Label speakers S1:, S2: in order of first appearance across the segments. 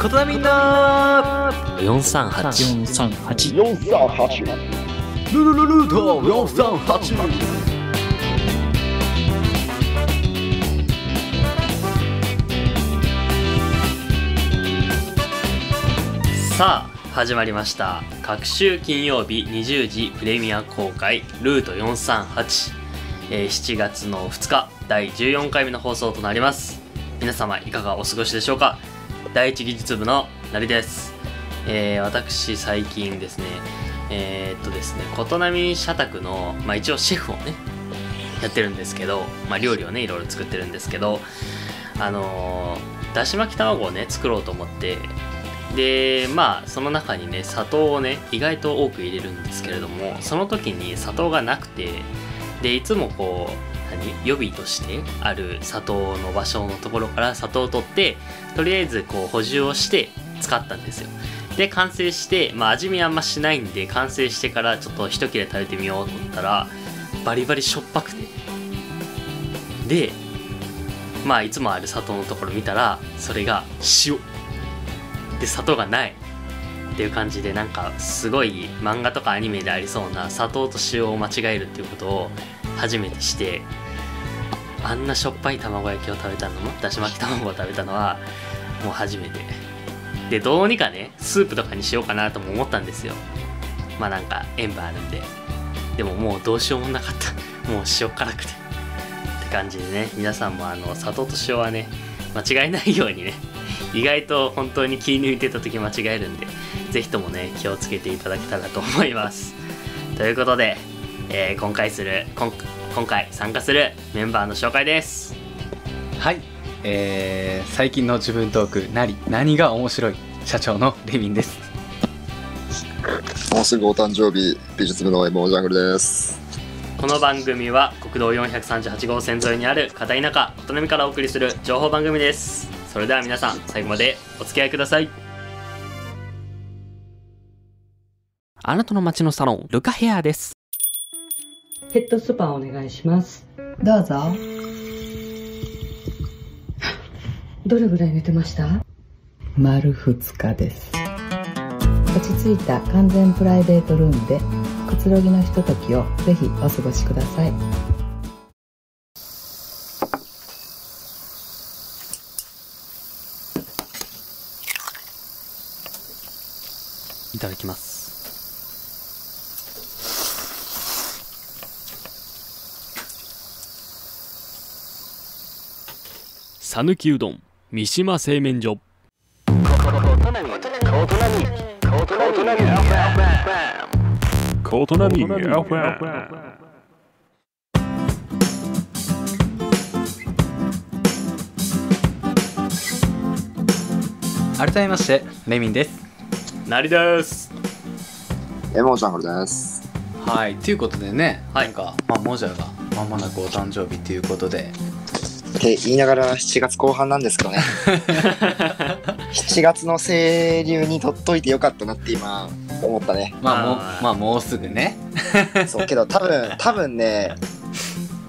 S1: ことだみんな438
S2: 438
S3: 438
S1: ルルルルート438
S2: さあ始まりました各週金曜日20時プレミア公開ルート438、えー7月の2日第14回目の放送となります皆様いかがお過ごしでしょうか第一技術部のなりです、えー私最近ですねえーっとですね琴波社宅の、まあ、一応シェフをねやってるんですけど、まあ、料理をねいろいろ作ってるんですけどあのーだし巻き卵をね作ろうと思ってでまあその中にね砂糖をね意外と多く入れるんですけれどもその時に砂糖がなくてでいつもこう何予備としてある砂糖の場所のところから砂糖を取ってとりあえずこう補充をして使ったんですよで完成して、まあ、味見あんましないんで完成してからちょっと一切れ食べてみようと思ったらバリバリしょっぱくてでまあいつもある砂糖のところ見たらそれが塩で砂糖がないっていう感じでなんかすごい漫画とかアニメでありそうな砂糖と塩を間違えるっていうことを初めてしてあんなしょっぱい卵焼きを食べたのもだし巻き卵を食べたのはもう初めてでどうにかねスープとかにしようかなとも思ったんですよまあなんか塩分あるんででももうどうしようもなかった もう塩辛くてって感じでね皆さんもあの砂糖と塩はね間違えないようにね 意外と本当に気抜いてた時間違えるんで是非ともね気をつけていただけたらと思います ということで、えー今回する今今回参加するメンバーの紹介です
S4: はい、えー、最近の自分トークなり何が面白い社長のレミンです
S3: もうすぐお誕生日美術部の MO ジャングルです
S2: この番組は国道438号線沿いにある片田舎乙女からお送りする情報番組ですそれでは皆さん最後までお付き合いください
S5: あなたの街のサロン、ルカヘアです。
S6: ヘッドスパお願いします。
S7: どうぞ。
S6: どれぐらい寝てました
S7: 丸2日です。落ち着いた完全プライベートルームでくつろぎのひとときをぜひお過ごしください。
S2: いただきます
S5: さぬきうどん、三島製麺所。
S8: コートナミー FM
S4: 改めましてレミンです
S2: なりです
S3: MO ジャングルです
S4: はいということでね、
S2: はい
S4: なんか、まあ、モジャがまもなくお誕生日ということで
S3: って言いながら7月後半なんです けどね7月の清流にとっといてよかったなって今思ったね
S4: まあもう
S2: あー
S4: まあもうすぐね
S3: そうけど多分多分ね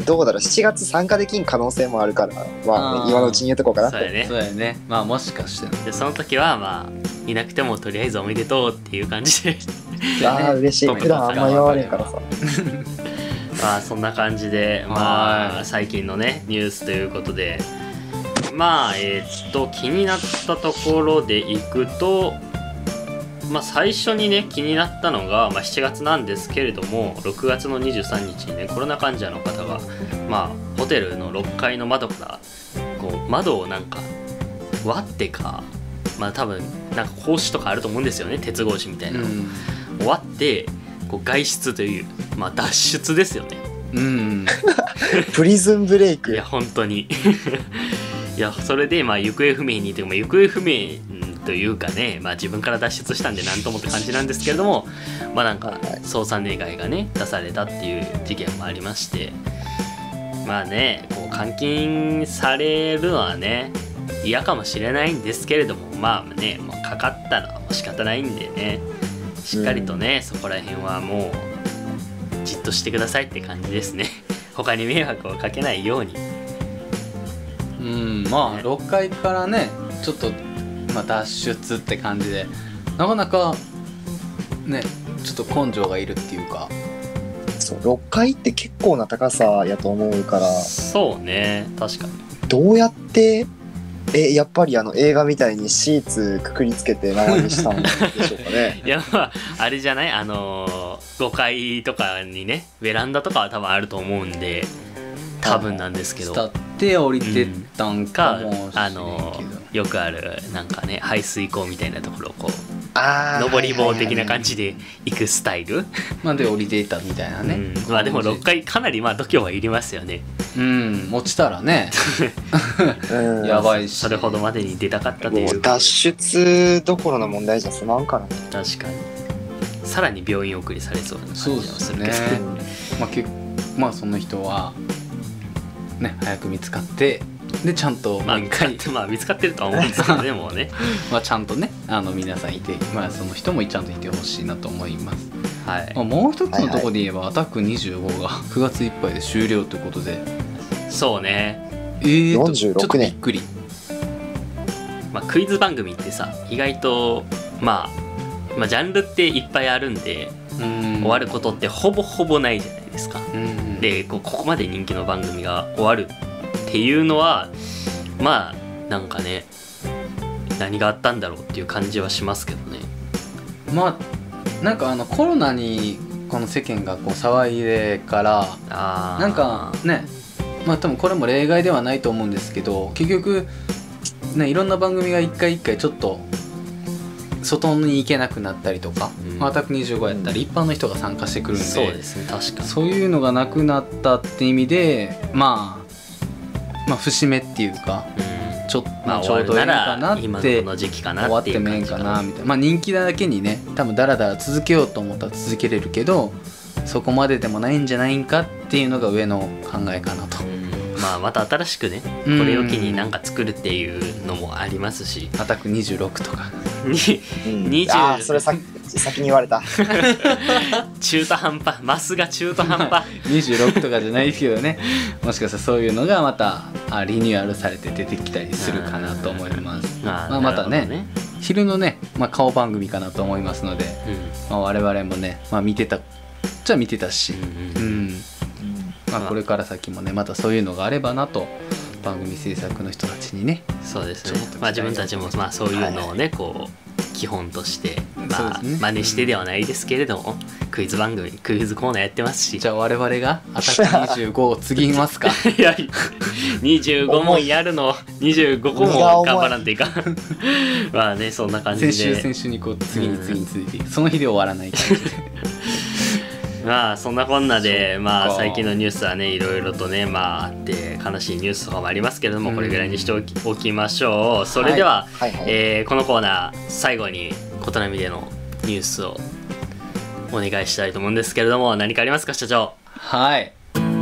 S3: どうだろう7月参加できん可能性もあるからまあ、ね、
S4: あー
S3: 今のうちに言うとこうかな
S2: そうやね
S4: そうだよねまあもしかして
S2: でその時はまあいなくてもとりあえずおめでとうっていう感じで
S3: ああ嬉しい
S4: そうね
S3: 普段あんま言われんからさ
S2: まあそんな感じでまあ最近のねニュースということでまあえーっと気になったところでいくとまあ最初にね気になったのが、まあ、7月なんですけれども6月の23日にねコロナ患者の方がまあホテルの6階の窓からこう窓をなんか割ってかまあ多分なんか格子とかあると思うんですよね鉄格子みたいなの、終わってこう外出というまあ脱出ですよね
S4: うん、うん、
S3: プリズンブレイ
S2: い
S3: ク
S2: や本当 にいやそれでまあ行方不明にというか、まあ、行方不明うんというかね、まあ、自分から脱出したんで何ともって感じなんですけれどもまあなんか捜査願いがね出されたっていう事件もありましてまあねこう監禁されるのはね嫌かもしれないんですけれどもまあねもうかかったら仕方ないんでねしっかりとね、そこら辺はもうじっとしてくださいって感じですね 他に迷惑をかけないように
S4: うん、まあ6階からねちょっとまあ、脱出って感じでなかなかねちょっと根性がいるっていうか
S3: そう6階って結構な高さやと思うから
S2: そうね確かに
S3: どうやってえやっぱりあの映画みたいにシーツくくりつけて縄にしたんでしょうかね
S2: いやまああれじゃないあのー、5階とかにねベランダとかは多分あると思うんで多分なんですけど
S4: 伝って降りてったんか
S2: か
S4: もしれ
S2: あ
S4: んけど、
S2: のーよくあるなんかね排水溝みたいなところをこう
S3: あー
S2: 上り棒的な
S3: はいはいはい
S2: 感じで行くスタイル、
S4: まあで降りていったみたいなね、
S2: うんまあでも6階かなりまあ度胸はいりますよね
S4: うん落ちたらね
S3: うん
S4: やばいし
S2: それほどまでに出たかったとい
S3: も
S2: う
S3: う脱出どころの問題じゃ済まんからね
S2: 確かにさらに病院送りされそうな感じ
S4: そう
S2: も
S4: ですす
S2: るけ
S4: ね
S2: ど
S4: まあ結まあその人はね早く見つかってでちゃんと
S2: まあ
S4: もう
S2: 見
S4: 一
S2: つかっ
S4: 回
S2: てまあ見つかってるとは思うんですけどねもうね
S4: まあ、ちゃんとねあの皆さんいて、まあ、その人もちゃんといてほしいなと思います、
S2: はい
S4: まあ、もう一つのところで言えば、アタック25が9月いっぱいで終了ということで
S2: そうね、
S4: えーとちょっ
S3: 46
S4: とび
S3: 年
S4: っくり
S2: まあ、クイズ番組ってさ意外と、まあ、まあジャンルっていっぱいあるんで
S4: 終
S2: 終わることってほぼほぼないじゃないですか
S4: うん
S2: でこうここまで人気の番組が終わるっていうのはまあなんかね何があったんだろうっていう感じはしますけどね
S4: まあなんかあのコロナにこの世間がこう騒いでから
S2: あー
S4: なんかねまあ多分これも例外ではないと思うんですけど結局ねいろんな番組が一回一回ちょっと外に行けなくなったりとか、
S2: うん
S4: まあアタック25やったら一般の人が参加してくるんで、
S2: そうですね確かに
S4: そういうのがなくなったって意味で、まあ、まあ節目っていうか
S2: うん
S4: ちょ,、
S2: まあ
S4: ちょう
S2: 終
S4: どい
S2: わ
S4: い
S2: る
S4: か
S2: な
S4: な
S2: ら
S4: って
S2: 今
S4: 終
S2: この時期かな
S4: わっ
S2: ってい
S4: て
S2: う
S4: もええ
S2: 感
S4: ん
S2: じ
S4: か
S2: か
S4: な
S2: な
S4: みたいなまあ人気なだけにね多分ダラダラ続けようと思ったら続けれるけどそこまででもないんじゃないんかっていうのが上の考えかなと
S2: うんまあまた新しくねこ
S4: うん
S2: れを機になんか作るっていうのもありますし
S4: アタック26とか
S2: に
S3: うん
S2: 20
S3: ああそれさ先に言われた
S2: 中途半端マスが中途半端
S4: 26とかじゃないですけどね もしかしたらそういうのがまたあリニューアルされて出てきたりするかなと思い ます
S2: ま
S4: まあまたね昼のね、まあ、顔番組かなと思いますので、
S2: うん
S4: まあ、我々もね、まあ、見てたじゃ見てたし、
S2: うんう
S4: う
S2: ん
S4: ん
S2: ま
S4: ま
S2: あ
S4: あ、これから先もねまたそういうのがあればなと番組制作の人たちにね
S2: そうです
S4: ちょっと期
S2: ね
S4: 待
S2: まあ自分たちもまあそういうのをねこう基本として
S4: そう
S2: ま
S4: で
S2: あ
S4: すね
S2: 真似してではないですけれどもクイズ番組クイズコーナーやってますし
S4: じゃあ我々が「アタック25」を継ぎますか
S2: いや25問やるの25個も頑張らんといかん まあねそんな感じ
S4: 先
S2: で
S4: 週先週にこう次に次に続いていくその日で終わらない感じで
S2: まあそんなこんなで、まあ、
S4: そっか
S2: 最近のニュースはねいろいろとねまああって悲しいニュースとかもありますけれども、
S4: うん
S2: これぐらいにしておきおきましょうそれでは、
S3: はいはい、
S2: えーこのコーナー最後に琴波でのニュースをお願いしたいと思うんですけれども何かありますか社長
S4: はい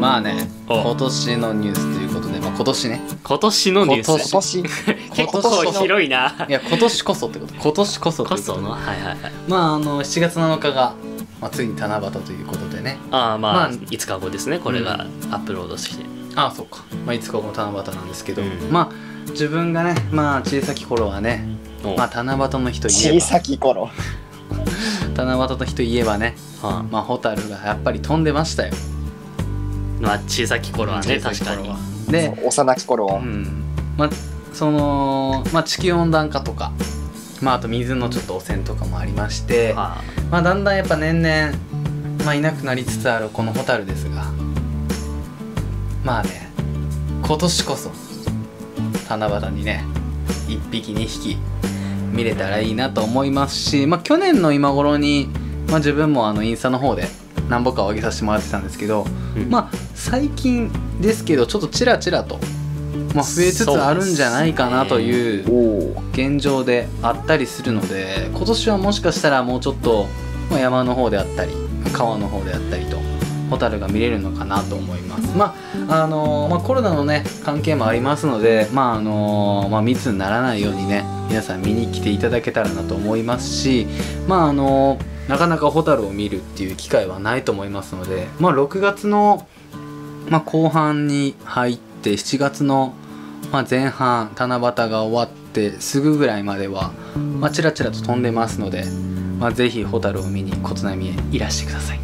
S4: まあね
S2: お
S4: 今年のニュースということで、まあ、今年ね
S2: 今年のニュー
S4: 今
S2: ス
S3: 今年
S2: 結
S4: 今年
S2: 構
S4: の
S2: 広いない
S4: や今年こそってこと今年こそと
S2: こ
S4: いうこと
S2: そ
S4: で
S2: のはいはいはい
S4: まああの7月7日が、まあ、ついに七夕ということでね
S2: ああまあ、
S4: まあ
S2: 5日後ですねこれがアップロードして、
S4: ああそうか、まあ、いつかも七夕なんですけど、
S2: うん
S4: まあ自分がねまあ小さき頃はね、
S2: お
S4: まあ七夕の日といえ
S3: 小さき頃
S4: ば七夕の日といえばね
S2: はあ
S4: まあ蛍がやっぱり飛んでましたよ
S2: まあ小さき頃はね
S4: 小さい
S2: 確か
S4: 頃
S2: に
S4: はで
S3: 幼き頃は、
S4: うんまあその、まあ、地球温暖化とかまああと水のちょっと汚染とかもありまして、
S2: は
S4: まあだんだんやっぱ年々、まあ、いなくなりつつあるこの蛍ですがまあね今年こそ七夕にね1匹2匹見れたらいいなと思いますし、まあ、去年の今頃に、まあ、自分もあのインスタの方で何本かを上げさせてもらってたんですけど、
S2: うん
S4: まあ最近ですけどちょっとちらちらと、まあ、増えつつあるんじゃないかなという
S3: おお
S4: 現状であったりするので今年はもしかしたらもうちょっとまあ山の方であったり川の方であったりとホタルが見れるのかなと思いますまああのーまあ、コロナのね関係もありますのでまああのーまあ、密にならないようにね皆さん見に来ていただけたらなと思いますしまああのーなかなかホタルを見るっていう機会はないと思いますのでまあ6月の、まあ、後半に入って7月のまあ、前半七夕が終わってすぐぐらいまでは、まあ、ちらちらと飛んでますので、まあ、ぜひホタルを見に小津波へいらしてください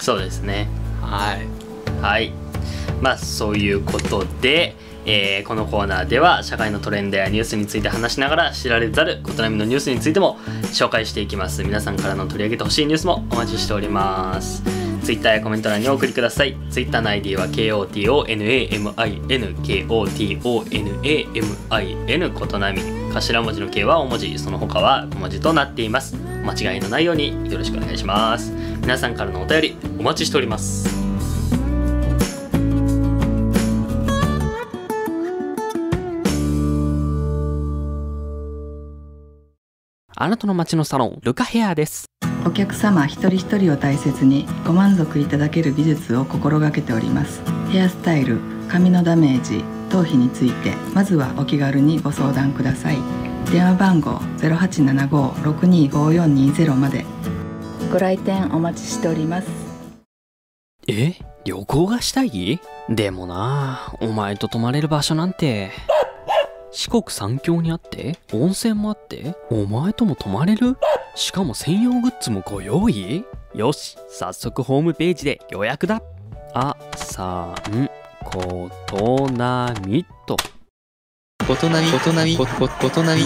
S2: そうですね
S4: はい
S2: はいまあそういうことで、えーこのコーナーでは社会のトレンドやニュースについて話しながら知られざることなみのニュースについても紹介していきます皆さんからの取り上げてほしいニュースもお待ちしておりますツイッターやコメント欄にお送りくださいツイッターの ID は KOTONAMINKOTONAMIN ことなみ頭文字の K は大文字その他は小文字となっていますお間違いのないようによろしくお願いします皆さんからのお便りお待ちしております
S5: あなたの街のサロンルカヘアです
S7: お客様一人一人を大切にご満足いただける美術を心がけておりますヘアスタイル髪のダメージ頭皮についてまずはお気軽にご相談ください電話番号0875-625420までご来店お待ちしております
S5: え旅行がしたいでもなお前と泊まれる場所なんて四国三峡にあって温泉もあってお前とも泊まれるしかも専用グッズもご用意よし早速ホームページで予約だあさんことなみと
S9: ことなみことなみここことなみ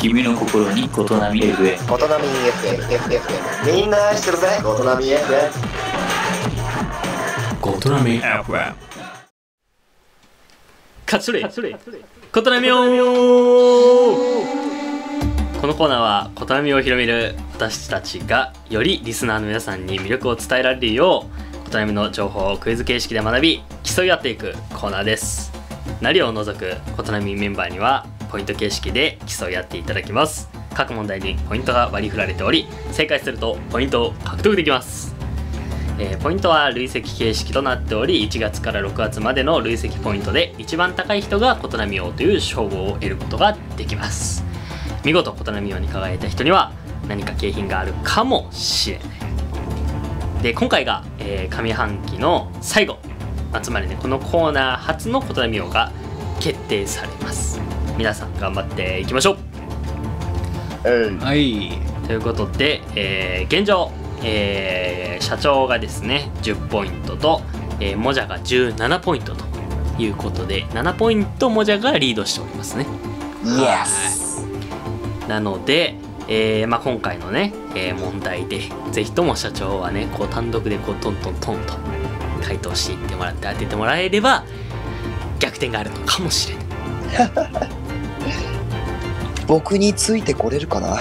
S10: 君の心にことなみ FM
S3: 大人み FM みんな愛してるぜ大人み FM
S10: ことなみ FM
S2: 勝ち取れことなみをこのコーナーはことなみを広める私たちがよりリスナーの皆さんに魅力を伝えられるようことなみの情報をクイズ形式で学び競い合っていくコーナーですなりを除くことなみメンバーにはポイント形式で競い合っていただきます各問題にポイントが割り振られており正解するとポイントを獲得できますえーポイントは累積形式となっており1月から6月までの累積ポイントで一番高い人が琴波王という称号を得ることができます見事琴波王に輝いた人には何か景品があるかもしれないで今回が、えー上半期の最後まあつまりねこのコーナー初の琴波王が決定されます皆さん頑張っていきましょう
S4: はい
S2: ということで、えー現状、えー社長がですね10ポイントと、えー、もじゃが17ポイントということで7ポイントもじゃがリードしておりますね
S3: イエス
S2: なので、えーまあ、今回のね、えー問題でぜひとも社長はねこう単独でこうトントントンと回答していってもらって当ててもらえれば逆転があるのかもしれない
S3: 僕についてこれるかな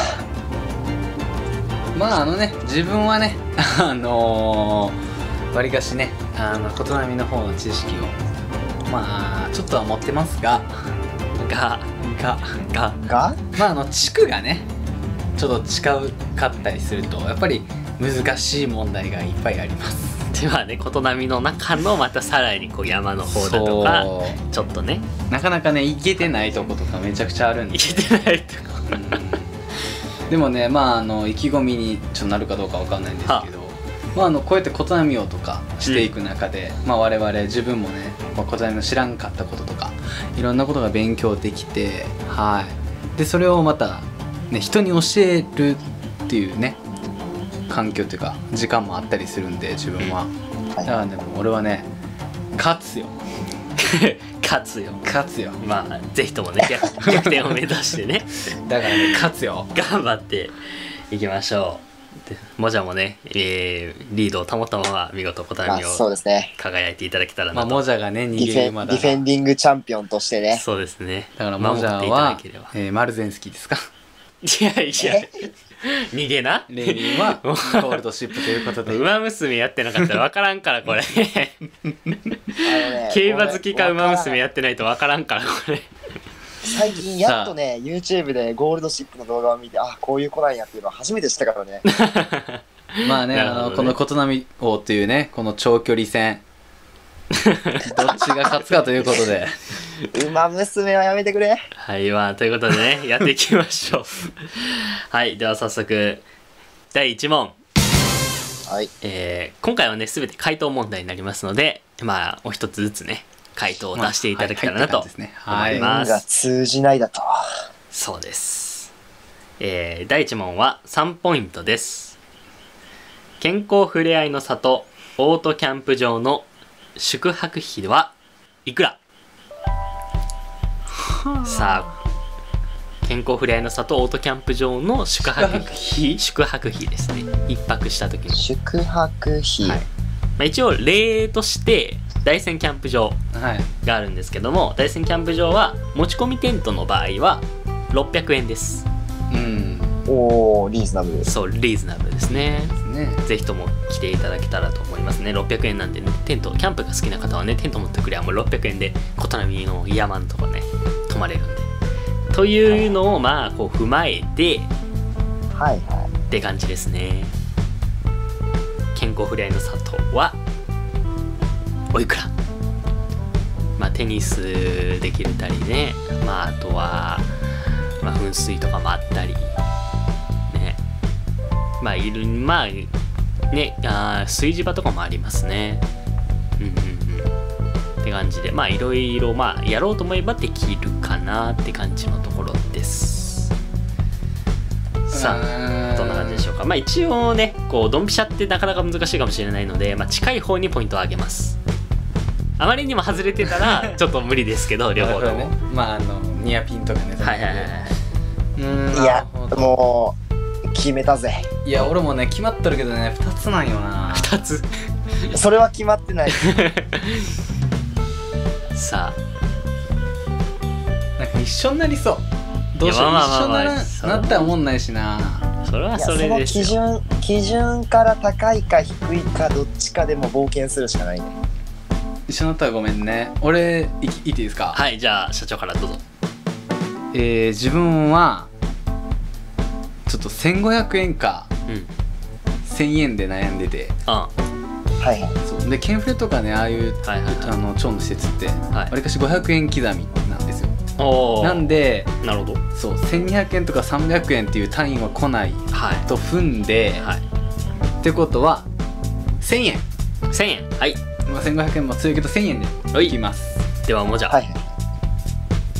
S4: まああのね自分はね あのーわりかしねあの琴波の方の知識をまあちょっとは持ってますが
S2: が
S4: が
S2: が
S3: が
S4: まああの地区がねちょっと近かったりするとやっぱり難しい問題がいっぱいあります
S2: ではね琴波の中のまたさらにこう山の方だとか
S4: そう
S2: ちょっとね
S4: なかなかね行けてないとことかめちゃくちゃあるんで
S2: いけてないとか
S4: でもねまああの意気込みにちょっとなるかどうかわかんないんですけど、まあ、あのこうやって琴波をとかしていく中で、まあ、我々自分もね、まあ、琴波の知らんかったこととかいろんなことが勉強できてはいでそれをまた、ね、人に教えるっていうね環境というか時間もあったりするんで自分はだからねもう俺はね勝つよ
S2: 勝つよ
S4: 勝つよ
S2: まあぜひともね逆逆転を目指してね
S4: だからね勝つよ
S2: 頑張っていきましょうでもじゃもね、えーリードを保ったまま見事答え
S3: まあ
S2: み
S3: そう
S2: を
S3: ですね
S2: 輝いていただけたら
S4: まあ
S2: なと、
S4: もじゃがね
S3: ディフ
S4: 逃げ
S3: ェ
S4: るま
S3: ン
S4: だ
S3: ディフェンディングチャンピオンとしてね
S2: そうですね
S4: だからも
S2: 守
S4: じ
S2: っ
S4: ゃ
S2: ていた
S4: は
S2: だければ
S4: えーマルゼンスキ ーですか
S2: いやい や逃げな
S4: レイリン はゴールドシップということで
S2: 馬娘やってなかったら分からんからこ れ
S3: あのね
S2: 競馬好きか馬娘
S3: わ
S2: やってないと分からんからこれ
S3: からない最近やっとね YouTube でゴールドシップの動画を見てあこういう子なんやっていうのは初めて知ったからね
S4: まあね
S2: なる
S4: あ
S2: ほどね
S4: のこの琴波王というねこの長距離 戦どっちが勝つかということで
S3: 馬娘はやめてくれ
S2: はい、まあ、ということで ね、やっていきましょう。はい、では早速、第1問。
S3: はい。
S2: えー今回はね全て回答問題になりますのでまあお一つずつね回 答を出していただけたらなと
S4: はいはいって感じですねは
S2: 思い
S4: い
S2: ま
S3: 運が通じないだと。
S2: そうです。えー第1問は3ポイントです。健康ふれあいの里、オートキャンプ場の宿泊費はいくらさあ、健康ふれあいの里、オートキャンプ場の宿泊費、宿泊費ですね。一泊した時の。
S3: 宿泊費。
S2: はいまあ、一応例として、大山キャンプ場
S4: はい
S2: があるんですけども、大山キャンプ場は持ち込みテントの場合は600円です。
S4: うん
S3: おおリーズナブル。
S2: そうリーズナブルですね
S4: ですね
S2: ぜひとも来ていただけたらと思いますね600円なんでねテントキャンプが好きな方はねテント持ってくればもう600円で小田波の山のとこね泊まれるんでというのをまあこう踏まえてっ
S3: はいは
S2: て感じですね健康ふれあいの里はおいくらまあテニスできるたりねまああとはまあ噴水とかもあったりねまあいるまあねあー炊事場とかもありますねうんうんうんって感じでまあいろいろまあやろうと思えばできるかなって感じのところですさあ
S4: あ
S2: どんな感じでしょうかまあ一応ねこうドンピシャってなかなか難しいかもしれないので、まあ、近い方にポイントをあげますあまりにも外れてた らちょっと無理ですけど両方とも、
S4: まああのニアピンとかね
S2: はいはいはいはいう
S4: ーん
S3: い。いや、
S4: なるほど
S3: もう、決めたぜ。
S4: いや俺もね決まっとるけどね2つなんよな
S2: 2つ
S3: それは決まっ てない。
S2: さあ
S4: なんか一緒になりそうどうしよう
S2: いやまあまあ
S4: 一緒に
S2: まあ
S4: なら
S2: そう
S4: なったらおもんないしな
S2: それはい
S3: や
S2: そ
S3: そ
S2: れ
S3: の
S2: です
S3: 基
S2: よ
S3: 準基準から高いか低いかどっちかでも冒険するしかないね
S4: 一緒になったらごめんね俺いいっていいですか
S2: はいじゃあ社長からどうぞ
S4: えー自分はちょっと1500円か
S2: うん
S4: 1000円で悩んでて
S2: あ
S3: はいはい
S4: そうでケンフレとかねああいう、
S2: はいはいはい
S4: あの腸の施設ってわ
S2: はい
S4: り、かし500円刻みなんですよ
S2: おお
S4: なんで
S2: なるほど
S4: そう1200円とか300円っていう単位は来ない
S2: は
S4: と踏んで、
S2: いはい
S4: ってことは1000円、
S2: 1000円はい
S4: まあ、1500円も強いけど1000円
S2: は
S4: で
S2: い
S4: いきます
S2: ではもうじゃあ、
S3: はいはい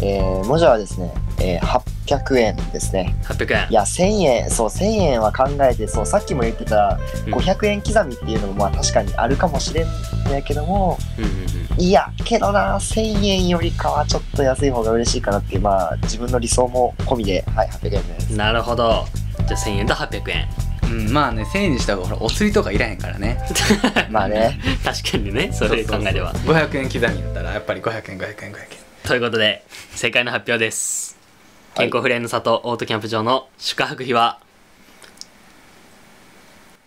S3: えー、もじゃはですね、えー、800円ですね
S2: 800円
S3: いや1000円そう1000円は考えてそうさっきも言ってた
S2: うん
S3: 500円刻みっていうのもまあ確かにあるかもしれんやけども
S2: うんうんうん
S3: いやけどな1000円よりかはちょっと安い方が嬉しいかなっていうまあ自分の理想も込みではい800円です
S2: なるほどじゃあ1000円と800円
S4: うん、まあね1000円にした方がほらお釣りとかいらへんからね
S3: まあね
S2: 確かにねそれ考えれば
S4: そうそうそう500円刻みだったらやっぱり500円500円500円
S2: ということで正解の発表です
S3: はい
S2: 健康フレンの里オートキャンプ場の宿泊費は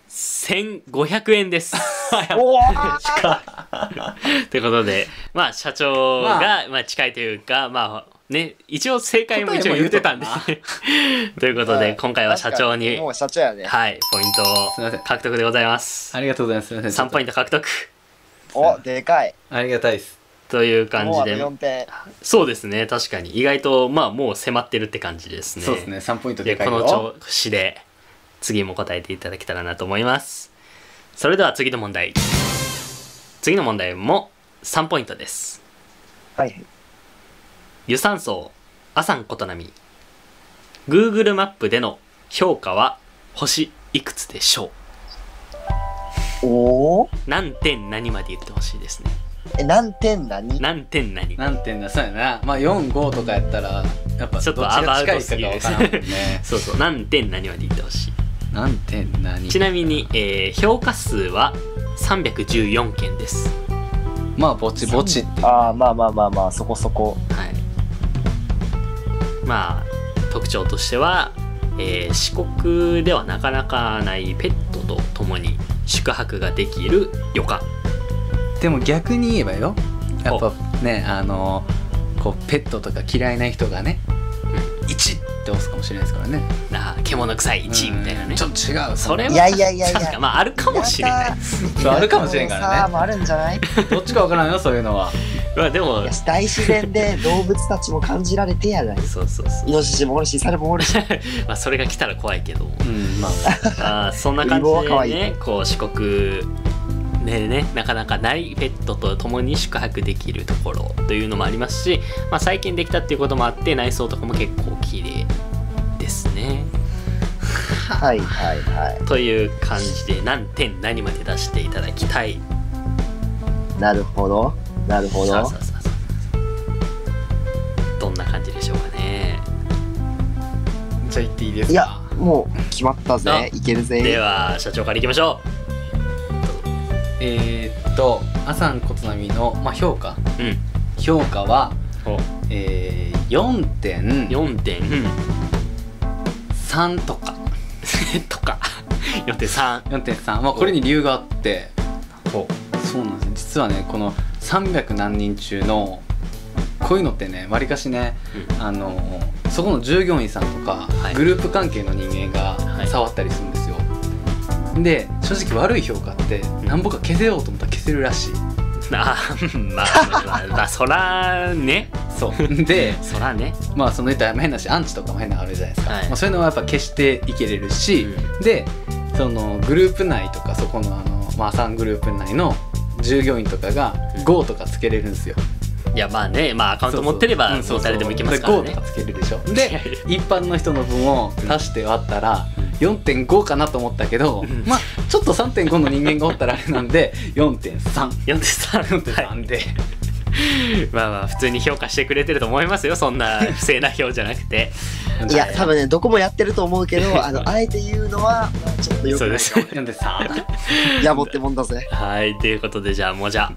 S2: 1500円です
S3: おお
S2: ということでまあ社長が、
S4: ま
S2: まあ、近いというかまあね一応正解も一応言ってたんで
S4: 答
S2: ということで今回は社長に
S3: もう社長やね
S2: はいポイント
S4: すいません
S2: を獲得でございます
S4: ありがとうございますすいません
S2: 3ポイント獲得
S3: おでかい
S4: ありがたいです
S2: という感
S3: もう
S2: じ
S3: あと
S2: で
S3: 4点
S2: そうですね確かに意外とまあもう迫ってるって感じですね
S4: そうですね3ポイント
S2: で
S4: でかい
S2: こ
S4: よ
S2: の調子で次も答えていただけたらなと思いますそれでは次の問題次の問題も3ポイントです
S3: はいはい
S2: 湯山荘阿寒琴波 Google マップでの評価は星いくつでしょ
S3: おお
S2: う何点何まで言ってほしいですね
S3: え何点何
S2: 何点何
S4: 何点だそうやなまあ45とかやったらやっぱ
S2: ち
S4: ど
S2: ょ
S4: っ
S2: っと
S4: ちが近
S2: ア
S4: い
S2: バウトすぎる
S4: かがわからんもんね
S2: そうそう何点何まで言ってほしい
S4: 何点何
S2: ちなみに、えー評価数は314件です
S4: まあぼちぼちって
S3: ああまあまあまあまあそこそこ
S2: はい、まあ特徴としては、えー四国ではなかなかないペットと共に宿泊ができる旅館
S4: でも逆に言えばよやっぱねあのこうペットとか嫌いな人がね1って押すかもしれないですからね
S2: なあ獣臭い1位みたいな
S4: う
S2: ね
S4: んちょっと違う
S2: それはい
S3: やいやいやいや
S2: 確かまああるかもしれない
S3: 田舎
S4: そうあるかもしれんから
S3: 田舎の
S4: ね
S3: さもあるんじゃない
S4: どっちかわからんよそういうのは
S2: まあでも
S3: いや、大自然 で動物たちも感じられてやない。
S2: そうそうそう
S3: イノシシもおるし、猿もお るし。
S2: まあそれが来たら怖いけども
S4: うんまあ
S2: あーそんな感
S3: 美貌は
S2: じ
S3: 可
S2: で
S3: 愛
S2: ねこう四国でねなかなかないペットと共に宿泊できるところというのもありますし、まあ、最近できたっていうこともあって内装とかも結構綺麗ですね
S3: はいはいは
S2: という感じで何点何まで出していただきたい
S3: い。なるほど。なるほ
S2: さあ
S3: ど
S2: さ。あさあさあどんな感じでしょうかね
S4: じゃあ行っていいですか
S3: いや、もう決まった
S2: あ
S3: ぜ。いける
S2: で
S3: ぜ。
S2: は社長からいきましょ
S4: えーっとアサンコトナミの、まあ、評価
S2: ううん
S4: 評価は、
S2: お
S4: えー、4.3
S2: 4点、
S4: とか
S2: とか4.3
S4: 4.3まあこれに理由があってそうなんです実はねこの300何人中のこういうのってねわりかしね、あのそこの従業員さんとか、
S2: い
S4: グループ関係の人間
S2: は
S4: が
S2: い
S4: 触ったりするんですよ、で正直悪い評価ってなんぼか消せようと思ったら消せるらしい
S2: あーまあまあまあ、まあ、そらね
S4: そうで
S2: そらね、
S4: まあその言ったら変なしアンチとかも変なのあるじゃないですか、
S2: はい
S4: まあ、そういうのはやっぱ消していけれるし、でそのグループ内とかそこのあの、まあ、3グループ内の従業員とかが
S2: うん
S4: GO とかつけれるんですよ
S2: いやまあねまあアカウント持ってれば
S4: そうそう
S2: 誰でもいけますから
S4: で
S2: ね
S4: 5とかつけるで しょ
S2: い
S4: で
S2: やいや
S4: 一般の人の分を足して割ったら4.5かなと思ったけど、
S2: うん
S4: まあちょっと3.5の人間がおったらあれなんで4.34.3
S2: 4.3はい
S4: で、
S2: まあまあ普通に評価してくれてると思いますよそんな不正な票じゃなくて
S3: いや、多分ね、どこもやってると思うけ ど、あの、あえて言うのは、ちょっとよ
S2: そう
S3: くな
S2: で
S3: い
S2: す
S3: かも。
S4: 4.3
S3: やぼってもんだぜ。
S2: はいということでじゃあもうじゃ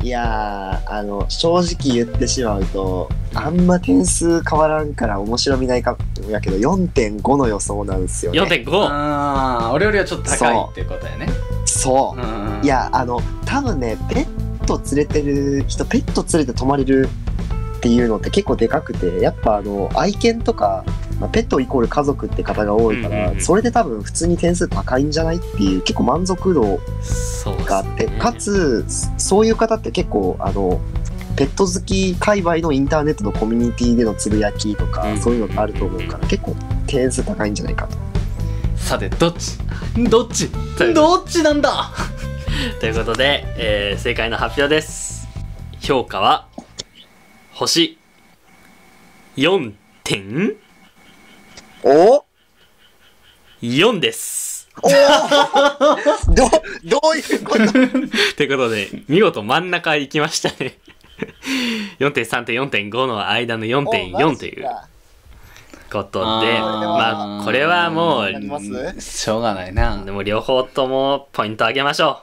S3: いやー、あの、正直言ってしまうと、あんま点数変わらんから面白みないかもやけど、4.5の予想なんですよね。
S2: 4.5
S4: あー俺よりはちょっと高いっていうことやね
S3: そうう。
S4: んうん
S3: いやあの多分ねペット連れてる人ペット連れて泊まれるっていうのって結構でかくてやっぱあの愛犬とか、まあ、ペットイコール家族って方が多いから、
S2: うんうんうん
S3: それで多分普通に点数高いんじゃないっていう結構満足度
S2: そうで
S3: があ
S2: す
S3: って、
S2: ね
S3: かつそういう方って結構あのペット好き界隈のインターネットのコミュニティでのつぶやきとか、
S2: うん
S3: そういうのがあると思うから結構点数高いんじゃないかと。
S4: さてどっちどっちどっちなんだ
S2: ということで、えー正解の発表です評価は星4点
S3: お
S2: 4です
S3: ど どういうこと
S2: ということで見事真ん中行きましたね4.3と4.5の間の4.4ということで
S4: あー
S2: まあこれはもう
S3: やります
S4: しょうがないな
S2: でも両方ともポイントあげましょう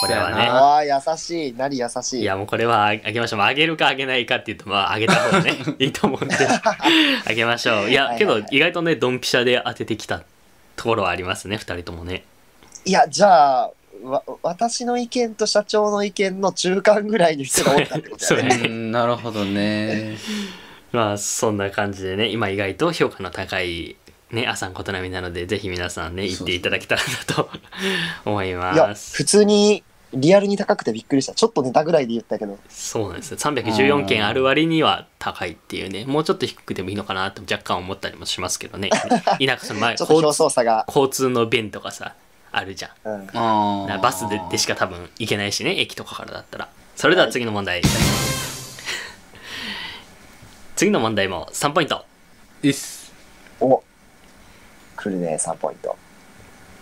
S2: これは
S4: そうや
S2: ね
S4: な
S3: ああ優しい何優しい
S2: いやもうこれはあげましょうあげるかあげないかって言うとまああげた方が ねいいと思うんであげましょうい
S3: はい
S2: や
S3: はい
S2: けど意外とねドンピシャで当ててきたところはありますね2人ともね
S3: いやじゃあわ私の意見と社長の意見の中間ぐらいの人がおったってこと
S2: そう
S3: や
S2: や
S3: ね
S2: ね
S4: うん なるほどね
S2: まあそんな感じでね今意外と評価の高いねアサンコトナミなのでぜひ皆さんね行っていただけたらなと 思い
S3: いや
S2: ます
S3: 普通にリアルに高くてびっくりしたちょっとネタぐらいで言ったけど
S2: そうなんですよ314件ある割には高いっていうねもうちょっと低くてもいいのかなって若干思ったりもしますけ どね田舎その前
S3: ちょっと
S2: 交
S3: 表
S2: 通
S3: 層差が、
S2: 交通の便とかさあるじゃん
S3: うん、
S4: あ
S2: な
S4: ー
S2: バスででしか多分行けないしね駅とかからだったらそれでは次の問題、次の問題も3ポイント
S4: いいっす
S3: お来るね3ポイント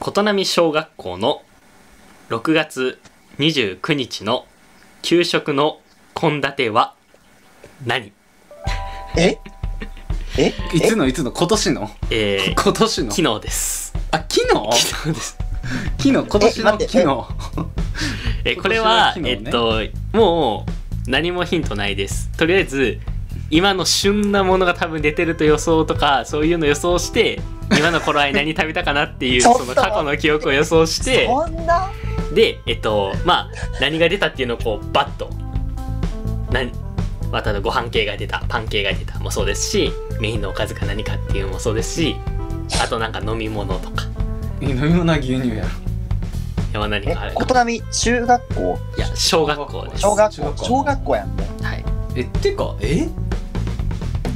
S2: 琴波小学校の6月29日の給食の献立は何
S3: ええ
S4: い
S3: え
S4: つのいつの今年の
S2: えー、
S4: 今年の
S2: 昨日です
S4: あ昨日
S2: 昨日です
S4: 昨日今年の
S3: え待
S4: 昨
S3: ってえ
S4: 日
S2: えこれは、
S4: 今
S2: え
S4: 年
S2: っ
S4: の
S2: ともう何もヒントないですとりあえず今の旬なものが多分出てると予想とかそういうの予想して今の頃合い何食べたかなっていう
S3: ちょっ
S2: そ
S3: と
S2: の過去の記憶を予想して
S3: そんな
S2: でえっとまあ何が出たっていうのをこうバッと何またご飯系が出たパン系が出たもそうですしメインのおかずか何かっていうのもそうですしあとなんか飲み物とか
S4: 飲み物は牛乳やろ
S2: は何
S3: え
S2: かある、
S3: ことなみ、中学校
S2: いや小学校です
S3: 小学
S4: 中学校
S3: 校小学校やんね。
S2: はい
S4: えってかえ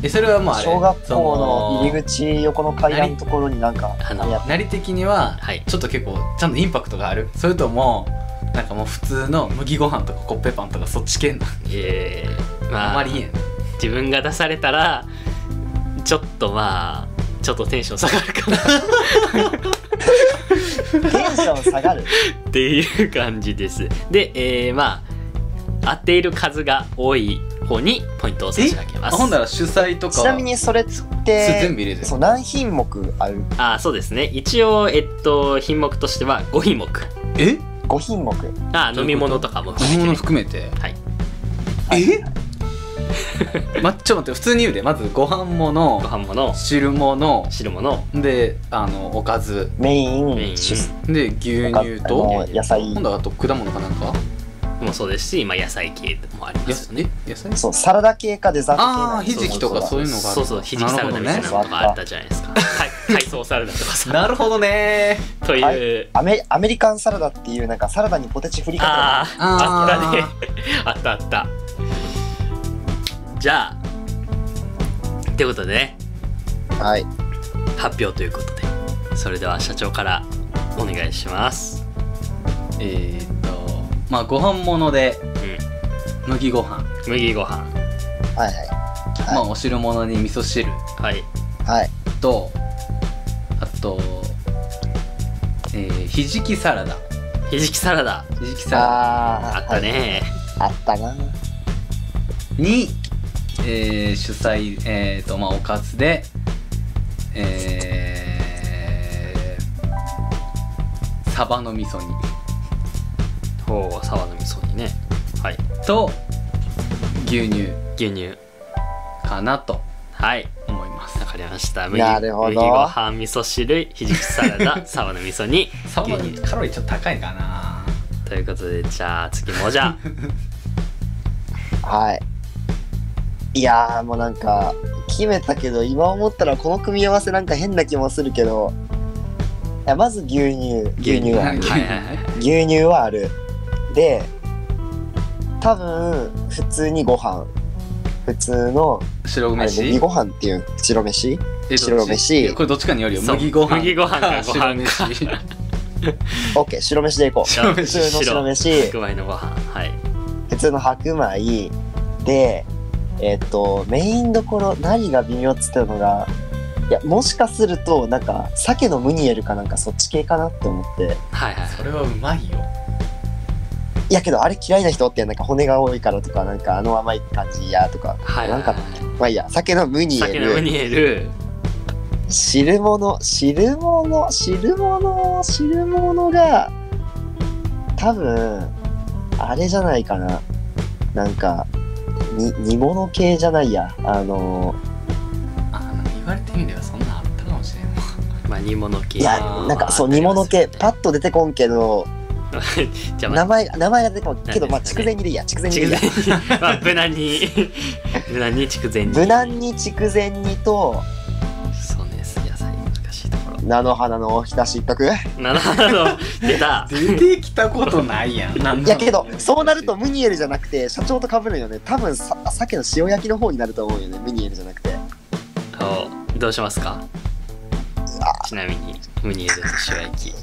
S4: えそれはもうあれ
S3: 小学校の入
S4: そ
S3: り口横の階段のところになんか、
S2: あの
S3: あれやっ
S4: なり的には
S2: はい
S4: ちょっと結構ちゃんとインパクトがあるそれともなんかもう普通の麦ご飯とかコッペパンとかそっち系な
S2: えー、まあ
S4: あまり言えん
S2: 自分が出されたらちょっとまあちょっとテンション下がるかな
S3: テンション下がる。
S2: っていう感じですで、えー、まあ当ている数が多い方にポイントを差し上げま
S4: あ
S2: す
S4: ほんなら主催とか
S3: ちなみにそれっ
S4: それ全
S3: て
S4: 部入れて
S3: そう何品目ある
S2: あそうですね一応えっと品目としては5品目
S4: え
S3: ?5 品目。
S2: あ
S4: ど
S2: 飲
S4: う
S2: み
S4: いうこと
S2: 物とかも含めて
S4: 飲み物
S2: ね
S4: 含めて
S2: はい
S4: え まちょっと待って普通に言うでまずご飯
S2: ご
S4: 物
S2: 飯物
S4: 汁物
S2: 汁物
S4: であのおかず
S3: メイン、
S2: メイン
S3: 主食
S4: で牛
S3: あ
S4: 乳と
S3: の野菜
S4: 今。度はあと果物かなんか
S2: もそうですし、まあ、野菜系もありま
S4: や
S2: すよね
S4: え野菜
S3: そう、サラダ系かデザート系
S4: ああひじきとかそういうのがある
S2: そうそうひじきサラダみたいな
S3: ね
S2: のとかあったじゃないですか、はい海藻サラダとか さ
S4: なるほどね
S2: という、
S3: はアメアメリカンサラダっていうなんかサラダにポテチ振りか
S2: あーあ
S4: あー
S2: ったねあったあったじゃあってことでね
S3: ける。はい。
S2: 発表ということでそれでは社長からお願いします
S4: えーっとまあご飯物で、麦ご飯、
S2: 麦ご飯
S3: はいは
S4: まあお汁物に味噌汁
S2: はい
S3: い。はい。
S4: とあと、えーひじきサラダ
S2: ひじきサラダ
S4: ひじきサラ
S2: あ
S3: ああ
S2: った。ね、
S3: はいあったな。
S4: ダに、えー主催えーっとまあおかずでえーサバの味噌煮
S2: ほうサワの味噌にねはい
S4: と牛乳
S2: 牛乳
S4: かなと
S2: はい
S4: 思います
S2: わかりました麦
S3: なるほど
S2: 麦ご飯味噌汁ひじきサラダ サワの味噌に
S4: サバのカロリーちょっと高いかな
S2: ということでじゃあ次もじゃ
S3: はい。いやーもうなんか決めたけど今思ったらこの組み合わせなんか変な気もするけどいやまず牛乳牛乳はある
S2: はいはいはい
S3: 牛乳はあるで多分普通にご飯普通の
S4: 白
S3: あれ
S4: 飯
S3: 麦ご飯っていう白飯
S4: えどっち
S3: 白飯
S4: いやこれどっちかによるよ
S2: そう
S4: 麦ご飯
S2: 麦ご飯かご飯か
S4: 白飯
S3: OK 白飯でいこう
S2: 白
S3: 普
S2: 飯
S3: 通の白飯
S2: 白米のご飯はい
S3: 普通の白米でえっ、とメインどころ何が微妙っつってたのがいやもしかするとなんか鮭のムニエルかなんかそっち系かなって思って
S2: はいはい
S4: それはうまいよ
S3: いやけどあれ嫌いな人ってなんか骨が多いからとかなんかあの甘い感じやとか
S2: はい
S3: なんかまあいいや鮭のムニエ
S2: 酒のム
S3: ル
S2: ニエル
S3: 汁物汁物汁物汁物が多分あれじゃないかななんかに煮物系じゃないやあの
S4: あなんか言われてみればそんなあったかもしれない
S2: まあ煮物系
S3: いや
S4: あー
S3: なんかそう
S2: あり
S3: 煮
S2: ますよね
S3: 物系パッと出てこんけど
S2: じゃあま
S3: 名
S2: あ
S3: 前名前が出てこんけどま
S2: 何
S3: あ
S2: ですか
S3: 筑
S2: ね
S3: 前煮でいいや筑前煮で
S2: 筑
S3: いいや
S2: 前煮 まあ無難に 無難に筑前煮
S3: 無難に筑前煮と
S2: そうです野菜難しいところ
S3: 菜の花のおひたしいっとく
S2: なるほど出た
S4: 出てきたことないやんなん
S3: いやけどそうなるとムニエルじゃなくて社長とかぶるよね多分さ鮭の塩焼きの方になると思うよねムニエルじゃなくて
S2: おどうしますかちなみにムニエルと塩焼き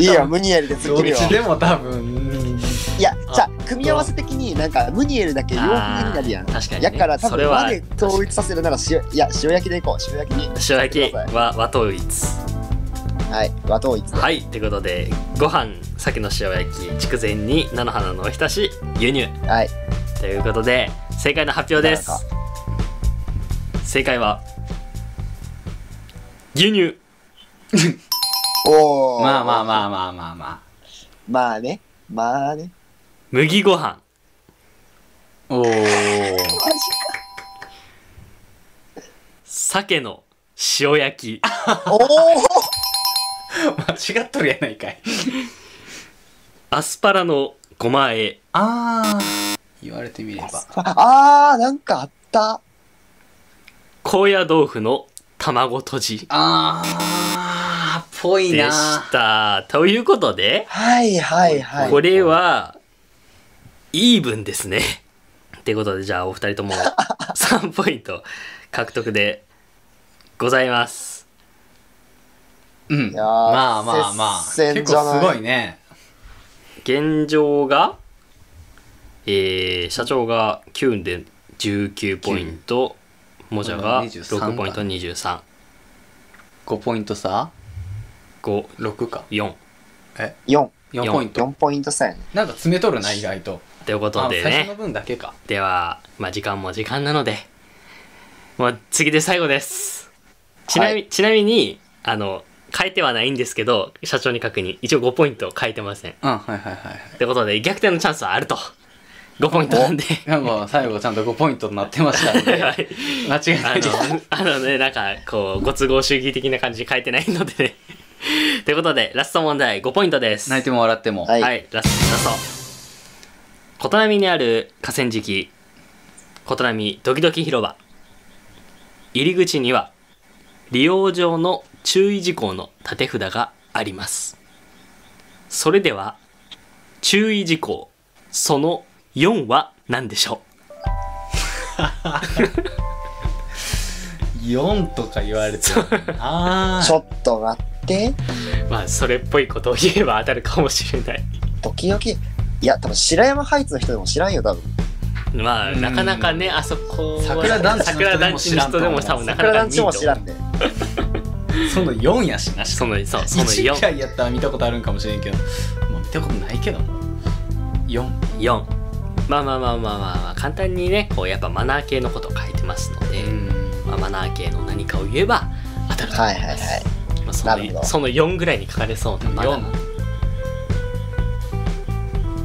S3: いいよムニエルですっ
S4: ど
S3: き
S4: っ
S3: りよ
S4: ちでも多分
S3: いやじゃあ組み合わせ的になんかムニエルだけ洋風になるやん
S2: あー確かにね
S3: やから多
S2: それ
S3: 分
S2: は
S3: 和で統一させるなら塩いや塩焼きでいこう塩焼きに
S2: 塩焼きは和統一
S3: はい和統一で
S2: はいってことでご飯鮭の塩焼き筑前煮菜の花のおひたし輸入
S3: はい
S2: ということで正解の発表です
S3: なん
S2: 正解は牛乳
S3: おお
S4: まあまあまあまあまあま
S3: まあねま あね
S2: 麦ご飯
S4: あおお
S3: マジ
S2: 鮭の塩焼き
S3: かおお
S4: 間違っとるやないかい
S2: アスパラのごま和え
S4: ああ言われてみれば
S3: あーなんかあった
S2: 高野豆腐の卵とじ
S4: あーぽい
S2: で
S4: な
S2: した。ということで、
S3: はいはいはい。
S2: これは、イーブンですね。 ってことで、じゃあお二人とも3ポイント獲得でございます。
S4: うん
S3: いやー
S4: まあまあまあ
S3: 接
S4: 結
S3: 戦じゃない
S4: 構すごいね
S2: 現状が、えー社長が9で19ポイント、もじゃが
S4: 23
S2: 6ポイント
S4: か
S2: 23、
S4: 5ポイント差
S2: 5、
S4: 6か
S2: 4。
S3: 4、
S4: 4ポイント
S3: 4ポイント差やね。
S4: なんか詰めとるな意外と
S2: ということ
S4: あ
S2: で
S4: 最初の
S2: ね。
S4: 分だけか
S2: では、まあ、時間も時間なので、もう次で最後です。ちなみ,、
S3: は
S2: ちなみに、あの、変えてはないんですけど、社長に確認。一応5ポイント変えてません。
S4: うんはいはいはいはい
S2: ということで、逆転のチャンスはあると。5ポイントなんで。
S4: なんか最後ちゃんと5ポイントになってましたの で
S2: はい
S4: 間違い
S2: あ
S4: ないです
S2: の、あのね、なんか、こう、ご都合主義的な感じで変えてないのでね。ということで、ラスト問題5ポイントです。
S4: 泣いても笑っても、
S3: はい
S2: はい、ラストラスト琴波にある河川敷琴波ドキドキ広場入り口には利用上の注意事項の立て札がありますそれでは注意事項その4は何でしょ
S4: 4とか言われてるあ
S3: ちょっと待って。
S2: うまあそれっぽいことを言えば当たるかもしれない
S3: ドキドキ。いや、多分白山ハイツの人でも知らんよ、多分。
S2: まあなかなかねあそこは
S4: 桜団地の人
S2: 桜団地の人でも
S4: 知
S2: 多
S4: ら
S2: 分
S4: んと思う
S2: なかな
S3: 桜
S2: か
S3: 団
S2: 見
S3: 地も知らんで。
S4: その4やしなし
S2: そのそうその
S4: 1
S2: 4
S4: 回やったら見たことあるんかもしれんけど、まあ、見たことないけども4
S2: 4まあまあまあまあまあ、まあ、簡単にねこうやっぱマナー系のことを書いてますので、まあ、マナー系の何かを言えば当たると
S3: は
S2: 思
S3: い
S2: い
S3: はい
S2: ま
S3: はい
S2: す、。まあそ
S3: なるほ
S2: の
S3: ど
S2: その4ぐらいに書かれそうなマナー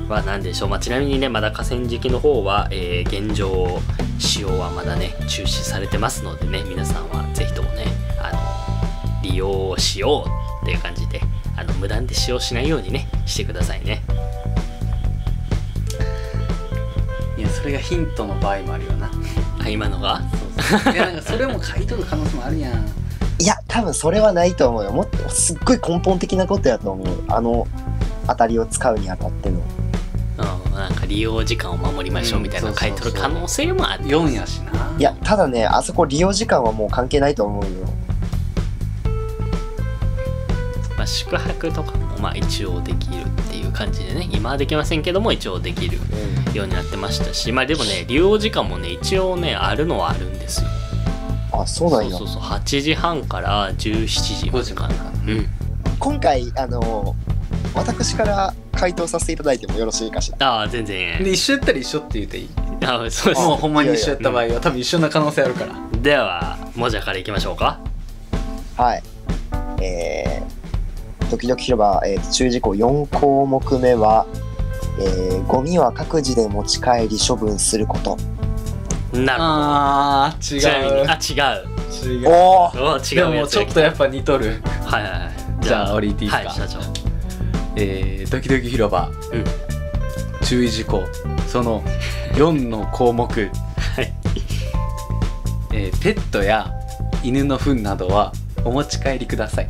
S4: 4
S2: は何でしょう、まあ、ちなみにねまだ河川敷の方は、えー現状使用はまだね中止されてますのでね皆さんはぜひともねあの利用しようっていう感じであの無断で使用しないようにねしてくださいね
S4: いやそれがヒントの場合もあるよな
S2: あ今のが
S4: そうそういやなんかそれも書いとる可能性もあるやん
S3: いや、多分それはないと思うよ。もっとすっごい根本的なことやと思う。あの、当たりを使うにあたっての。
S2: うん、なんか利用時間を守りましょうみたいなの書いとる可能性もある、
S4: 4やしない
S3: や、ただね、あそこ利用時間はもう関係ないと思うよ。
S2: まあ、宿泊とかもまあ一応できるっていう感じでね今はできませんけども一応できる
S3: うん。
S2: ようになってましたしまあでもね利用時間もね一応ねあるのはあるんですよ
S3: あ、そうなんや
S2: そう。そう8時半から17時ま
S4: 5
S2: で
S4: 時
S2: か
S4: か
S2: な
S4: な
S2: うん
S3: 今回、あの、私から回答させていただいてもよろしいかしら。
S2: ああ全然
S4: で一緒やったら一緒って言うていい
S2: あそうで
S4: もう
S2: す
S4: ほんまに一緒やった場合は多分一緒な可能性あるから
S2: ではもじゃからいきましょうか
S3: はい。えー、ドキドキ広場、えー、注意事項4項目目は、えー、ゴミは各自で持ち帰り処分すること。
S2: なるほど
S4: あー違
S2: ちなみ
S4: う
S2: にあ違う
S4: 違う
S3: おー
S2: お違
S4: で
S2: うや
S4: も
S2: つ
S4: ちょっとやっぱ似とる
S2: はいはいはい
S4: じゃあ俺言っていいですか、
S2: はい社長
S4: えー、ドキドキ広場、
S2: うん
S4: 注意事項その4の項目、
S2: い
S4: えーペットや犬の糞などはお持ち帰りください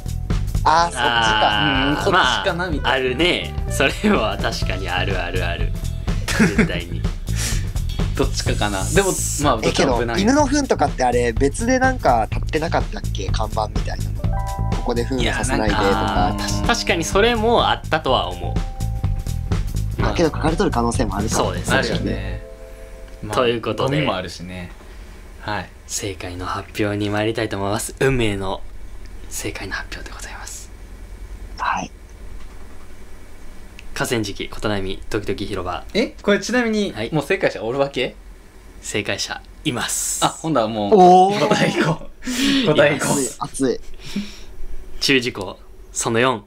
S3: あー、そっちか。
S2: あー
S4: うんこっちかなみたいな
S2: あるねそれは確かにあるあるある絶対 に
S4: どっちかかなでもまあど
S3: え
S4: っ
S3: け
S4: ちも
S3: ど
S4: 無難
S3: 犬の糞とかってあれ別でなんか立ってなかったっけ看板みたいなのここで糞
S4: いや
S3: させないでと
S4: なんか
S3: か
S2: あーた確かにそれもあったとは思う、ま
S3: あ
S2: あ
S3: けど書かれとる可能性もあるか
S2: そうです
S4: あ
S2: ね
S4: るよね、まあ
S2: ということで
S4: ゴミもあるしねはい
S2: 正解の発表に参りたいと思います運命の正解の発表でございます
S3: はい
S2: 河川敷琴波ドキドキ広場
S4: えこれちなみに、
S2: はい
S4: もう正解者おるわけ
S2: 正解者います
S4: あほんならもう
S3: おお
S4: 答えいこう答えいこ
S3: 熱い熱い
S2: 注意事項その4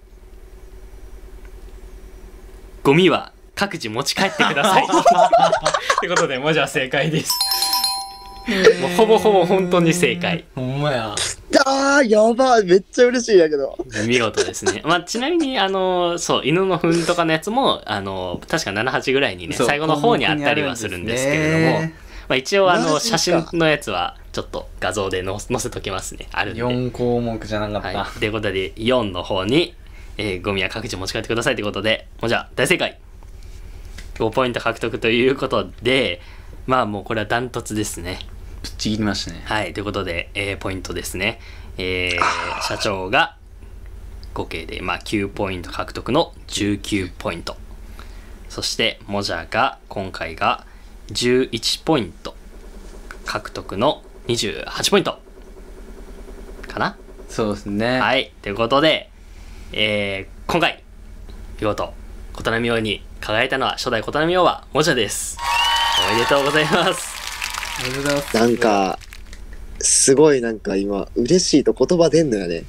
S2: ゴミは各自持ち帰 ってくださいってことでもうじゃあ正解です
S4: う
S2: もうほぼほぼ本当に正解
S4: ほんまや
S3: あーやばいめっちゃ嬉しいんやけど
S2: 見事です ね。まあ、ちなみに、あの、そう、犬の糞とかのやつも、あの、確か7、8ぐらいにね、
S4: そう
S2: 最後の方にあったりはするんですけれども、まあ、一応、あの、
S3: マジ
S2: 写
S3: か
S2: 真のやつは、ちょっと画像での載せときますね。あるんで。
S4: 4項目じゃなかった、
S2: はい。ということで、4の方に、えーゴミは各自持ち帰ってくださいということで、もうじゃあ、大正解 !5 ポイント獲得ということで、まあもうこれはダントツですね。
S4: ぶっちぎりましたね
S2: はい、ということで、えーポイントですね。えー社長が合計で、まあ、9ポイント獲得の19ポイント。そして、モジャが今回が11ポイント獲得の28ポイント。かな
S4: そうですね
S2: はい、ということで、えー今回、見事、琴波王に輝いたのは初代琴波王はモジャです。おめでとうございます。
S4: ありがとうございます
S3: なんか、すごいなんか今、嬉しいと言葉出んのやね。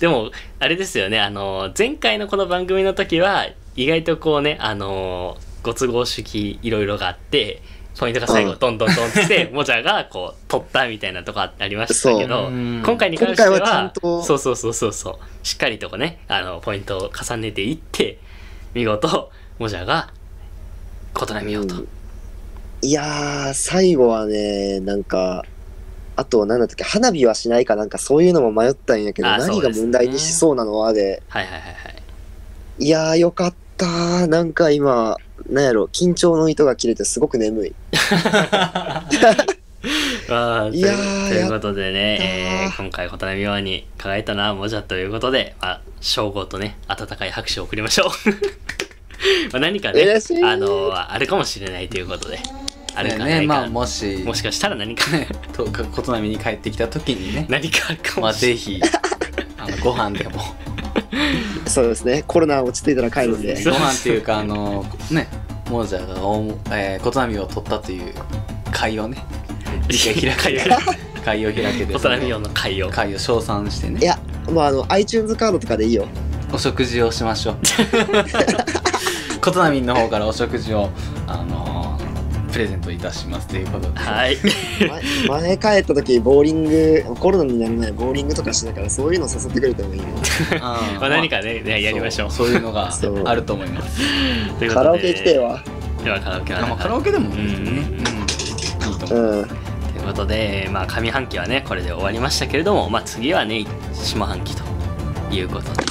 S2: でも、あれですよね、あの、前回のこの番組の時は、意外とこうね、あの、ご都合主義いろいろがあって、ポイントが最後、
S3: うん
S2: どんどんどんってき て、モジャがこう、取ったみたいなとこありましたけ
S4: そ
S2: ど
S4: ううん、
S2: 今回に関しては、
S3: 今回はちゃんと
S2: そうそうそうそうそう、しっかりとこうね、あの、ポイントを重ねていって、見事、モジャが、ことなみようと。
S3: いやー、最後はね、なんか、あと、なんだったっけ、花火はしないかなんかそういうのも迷ったんやけど、
S2: あそ
S3: 何
S2: うで
S3: が
S2: すね
S3: 問題にしそうなのはで、
S2: はいはいはいはい。
S3: いやー、よかったー。なんか今、なんやろ、緊張の糸が切れてすごく眠い。
S2: あーとい
S3: いや
S2: う
S3: ー
S2: ということでね、え
S3: やったー
S2: ー今回渡辺美和に輝いたのはもじゃということで、まあ、称号とね温かい拍手を送りましょう まあ何かね
S3: 嬉しい
S2: あのあるかもしれないということであるかないか、
S4: ねまあ
S2: も
S4: もし
S2: しかしたら何か
S4: ね と琴波に帰ってきた時にね
S2: 何かあるか
S4: ま
S2: も
S4: あ
S2: しれ
S4: ぜひあのご飯で も
S3: そうですね、コロナ落ち着いたら帰るんで
S2: そう。
S4: ご飯っていうかあのねモージャがおも、えー、琴波を取ったという会をね
S2: ない
S4: 会を開けて
S2: 渡辺美和の会 を
S4: 会を称賛して
S3: い
S4: ね
S3: や、まああの、iTunes カードとかでいいよ。
S4: お食事をしま しょう 琴波の方からお食事をあのープレゼントいたしますということで
S2: はい
S3: 前前帰った時、ボーリング、コロナになる前、ボーリングとかしながら、そういうの誘ってくれてもいいよ。
S4: うん
S2: まあ何かねねやりましょう
S4: そうそういうのが
S3: そう
S4: あると思います
S2: ということで
S3: カラオケ行きてえわ。
S2: ではカラオケは
S4: まあカラオケでもいいですよね
S2: うん
S4: うんいいと思う
S3: うん。
S2: ということで、まあ、上半期はねこれで終わりましたけれども、まあ、次はね下半期ということで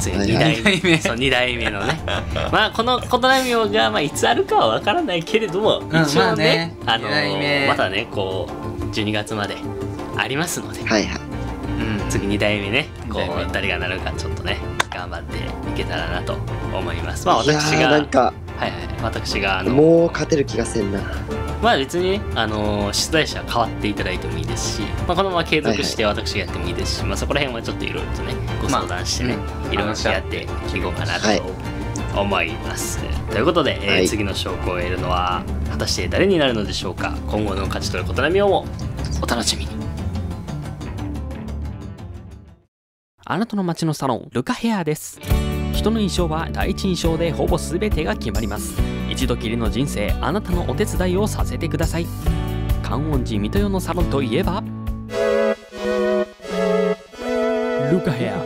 S2: 次
S3: はい
S2: 2代
S4: 二代目
S2: 目そう二代目の ねまあこの琴波王が、まあ、いつあるかはわからないけれども
S4: ん
S2: 一応ね,、
S4: まあね
S2: あの
S4: 二代目
S2: またねこう12月までありますので、
S3: はいはい。
S2: うん、次2代目ねこ
S4: 二代
S2: う
S4: 目
S2: 誰がなるかちょっとね頑張っていけたらなと思いますまあ
S3: いや
S2: 私
S3: ー
S2: が
S3: なんか、
S2: はいはい、私があの
S3: もう勝てる気がせんな。
S2: まあ別にね、あのー出題者変わっていただいてもいいですし、まあ、このまま継続して私がやってもいいですし、まあ、そこら辺はちょっといろいろとねご相談してね、
S4: うん
S2: いろいろとやっていこうかな
S3: はい
S2: と思います、ということで、えー
S3: はい
S2: 次の証拠を得るのは果たして誰になるのでしょうか今後の勝ち取ることなみをもお楽しみに
S5: あなたの街のサロンルカヘアです人の印象は第一印象でほぼ全てが決まります一度きりの人生あなたのお手伝いをさせてください観音寺水戸代のサロンといえばルカヘア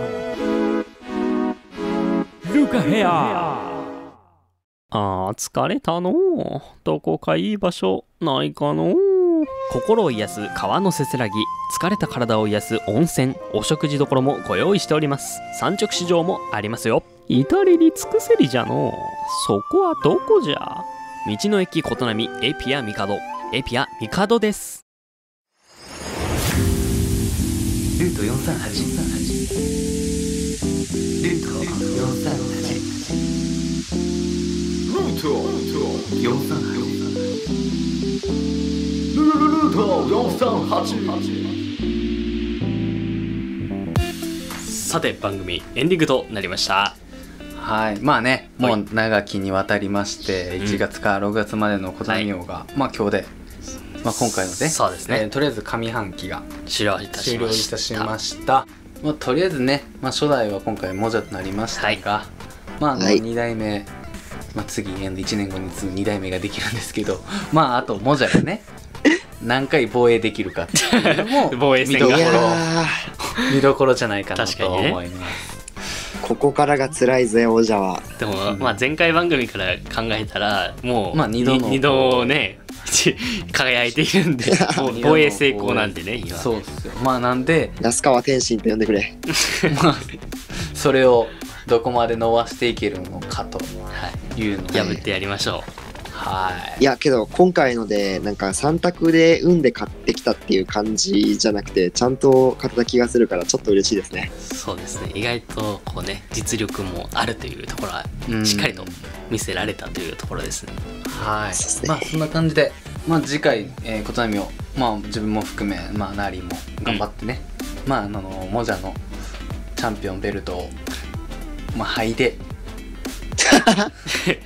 S5: ルカヘアあー疲れたのうどこかいい場所ないかのう心を癒す川のせせらぎ疲れた体を癒す温泉お食事処もご用意しております産直市場もありますよ至れり尽くせりじゃのうそこはどこじゃ道の駅琴波エピア帝エピア帝です
S4: ルート438ルート438
S1: ルート
S4: 438
S1: ルルルルート438
S2: さて番組エンディングとなりました
S4: はいまあねもう長きにわたりまして
S2: うん
S4: 1月から6月までの小谷王が、まあ今日で、まあ、今回のね
S2: そうですね
S4: えーとりあえず上半期が
S2: 終了いたし
S4: 終
S2: ま
S4: 了い
S2: した
S4: たしましたまあ、とりあえずね、まあ、初代は今回モジャとなりましたが、まああの
S3: はい
S4: 2代目、まあ、次1年後に次2代目ができるんですけどまああとモジャが ね何回防衛できるかっていうのも
S2: 防衛戦
S3: い
S2: が
S4: 見どころ
S3: や
S4: 見どころじゃないかな
S2: 確
S4: と
S2: かにね
S4: 思います。
S3: ー、ここからが辛いぜ、王者は。
S2: でも、まあ、前回番組から考えたらもう
S4: まあ二度の
S2: に二度ね ち輝いている んでもう防衛成功なんでね今
S4: そうですよまあなんで
S3: 安川天心って呼んでくれ。
S4: まあそれをどこまで伸ばしていけるのかと、はい、いうのを
S2: 破ってやりましょ
S4: はい
S3: いや、けど今回ので、なんか3択で運で買ってきたっていう感じじゃなくて、ちゃんと買った気がするから、ちょっと嬉しいですね。
S2: うそうですね意外とこうね実力もあるというところは
S4: うん
S2: しっかりと見せられたというところですね
S4: はい
S3: そうですね
S4: まあそんな感じで、まあ、次回、えー、琴波を、まあ、自分も含め、まあ、ナーリーも頑張ってね、まああのモジャのチャンピオンベルトを、まあ、剥いで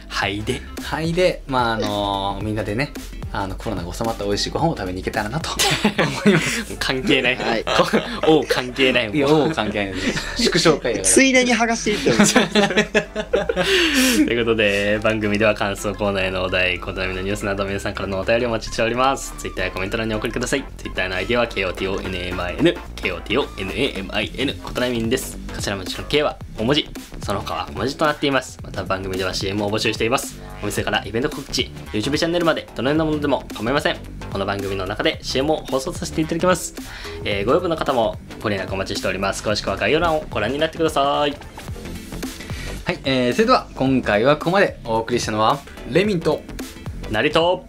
S2: はいで
S4: はいで、まああのーみんなでねあのコロナが収まった美味しいご飯を食べに行けた らなと思います
S2: 関係ない、
S3: はい
S2: おう関係ないもん
S4: いやおう関係ないです祝勝会やか
S3: ついでに剥がしていってもいいですか
S2: ということで番組では感想コーナーへのお題このようなニュースなど皆さんからのお便りをお待ちしております Twitter やコメント欄にお送りください Twitter の ID は KOTONAMIN KOTONAMIN ことなみんですこちらもちろん K は大文字その他は小文字となっていますまた番組では CM を募集していますお店からイベント告知 YouTube チャンネルまでどのようなものでも構いませんこの番組の中で CM を放送させていただきます、えーご要望の方もご連絡お待ちしております詳しくは概要欄をご覧になってください
S4: らはい、えー、それでは今回はここまでお送りしたのはレミンと
S2: 成と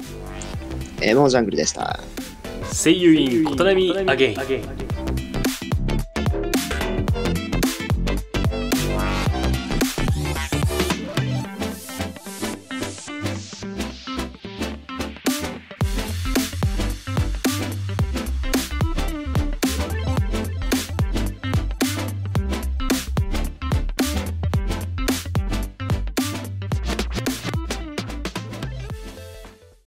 S3: エモージャングルでした。
S2: 声優員ことなみアゲイン